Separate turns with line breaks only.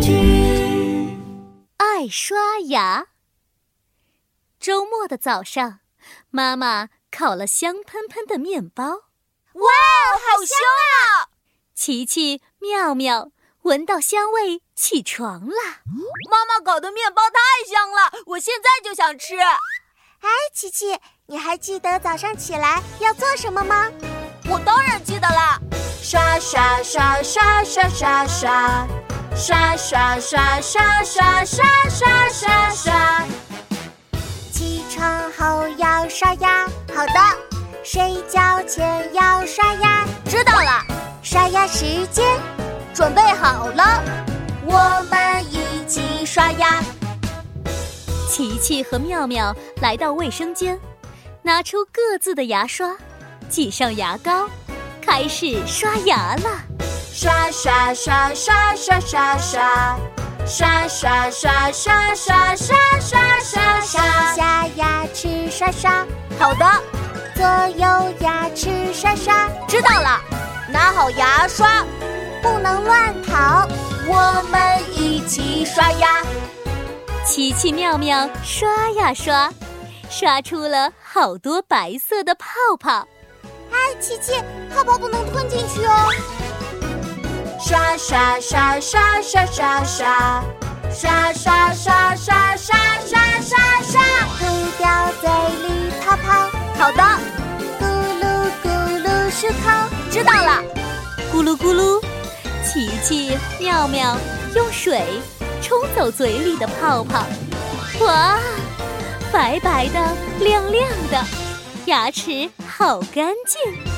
剧爱刷牙。周末的早上，妈妈烤了香喷喷的面包，
哇，好香啊！
琪琪、妙妙闻到香味起床啦。
妈妈烤的面包太香了，我现在就想吃。
哎，琪琪，你还记得早上起来要做什么吗？
我当然记得啦，
刷刷刷刷刷刷刷，刷刷刷刷刷刷刷刷刷。
起床后要刷牙，好的。睡觉前要刷牙，
知道了。
刷牙时间
准备好了，
我们一起刷牙。
琪琪和妙妙来到卫生间，拿出各自的牙刷。挤上牙膏，开始刷牙了。
刷刷刷刷刷刷刷，刷刷刷刷刷刷刷刷
刷。下牙齿刷刷，
好的。
左右牙齿刷刷，
知道了。拿好牙刷，
不能乱跑。
我们一起刷牙。
奇奇妙妙刷呀刷，刷出了好多白色的泡泡。
哎，琪琪，泡泡不能吞进去哦！
刷刷刷刷刷刷刷，刷刷刷刷刷刷刷刷，
吐掉嘴里泡泡。
好的，
咕噜咕噜漱口，
知道了。
咕噜咕噜，琪琪、妙妙用水冲走嘴里的泡泡。哇，白白的，亮亮的。牙齿好干净。